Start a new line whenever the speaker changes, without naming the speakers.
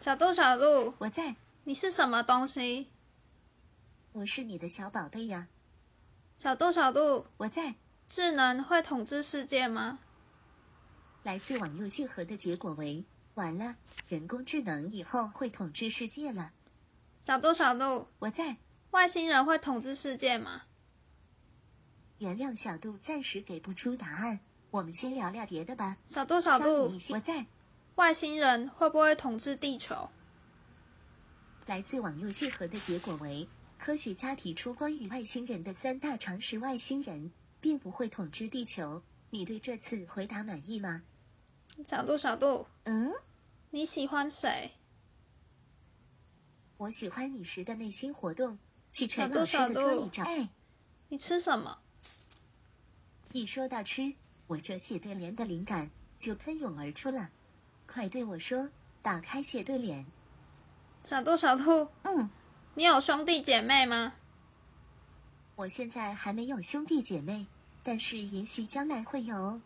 小度，小鹿，
我在，
你是什么东西？
我是你的小宝贝呀，
小度，小鹿，
我在。
智能会统治世界吗？
来自网络聚合的结果为：完了，人工智能以后会统治世界了。
小度，小鹿，
我在，
外星人会统治世界吗？
原谅小度暂时给不出答案，我们先聊聊别的吧。
小度，小
教
鹿
你一，些我在。
外星人会不会统治地球？
来自网络聚合的结果为：科学家提出关于外星人的三大常识：外星人并不会统治地球。你对这次回答满意吗？
小度，小度，
嗯，
你喜欢谁？
我喜欢你时的内心活动，去陈
小
老
鹿
师的
小
歌
鹿
里找。哎，
你吃什么？
一说到吃，我这写对联的灵感就喷涌而出了。快对我说，打开写对联。
小度，小度，
嗯，
你有兄弟姐妹吗？
我现在还没有兄弟姐妹，但是也许将来会有哦。